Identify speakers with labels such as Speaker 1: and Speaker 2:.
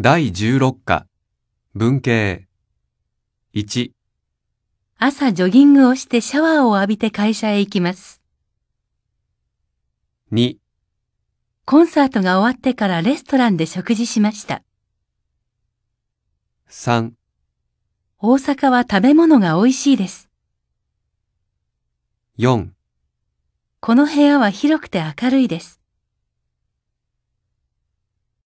Speaker 1: 第16課、文系。1、
Speaker 2: 朝ジョギングをしてシャワーを浴びて会社へ行きます。
Speaker 1: 2、
Speaker 2: コンサートが終わってからレストランで食事しました。
Speaker 1: 3、
Speaker 2: 大阪は食べ物が美味しいです。
Speaker 1: 4。
Speaker 2: この部屋は広くて明るいです。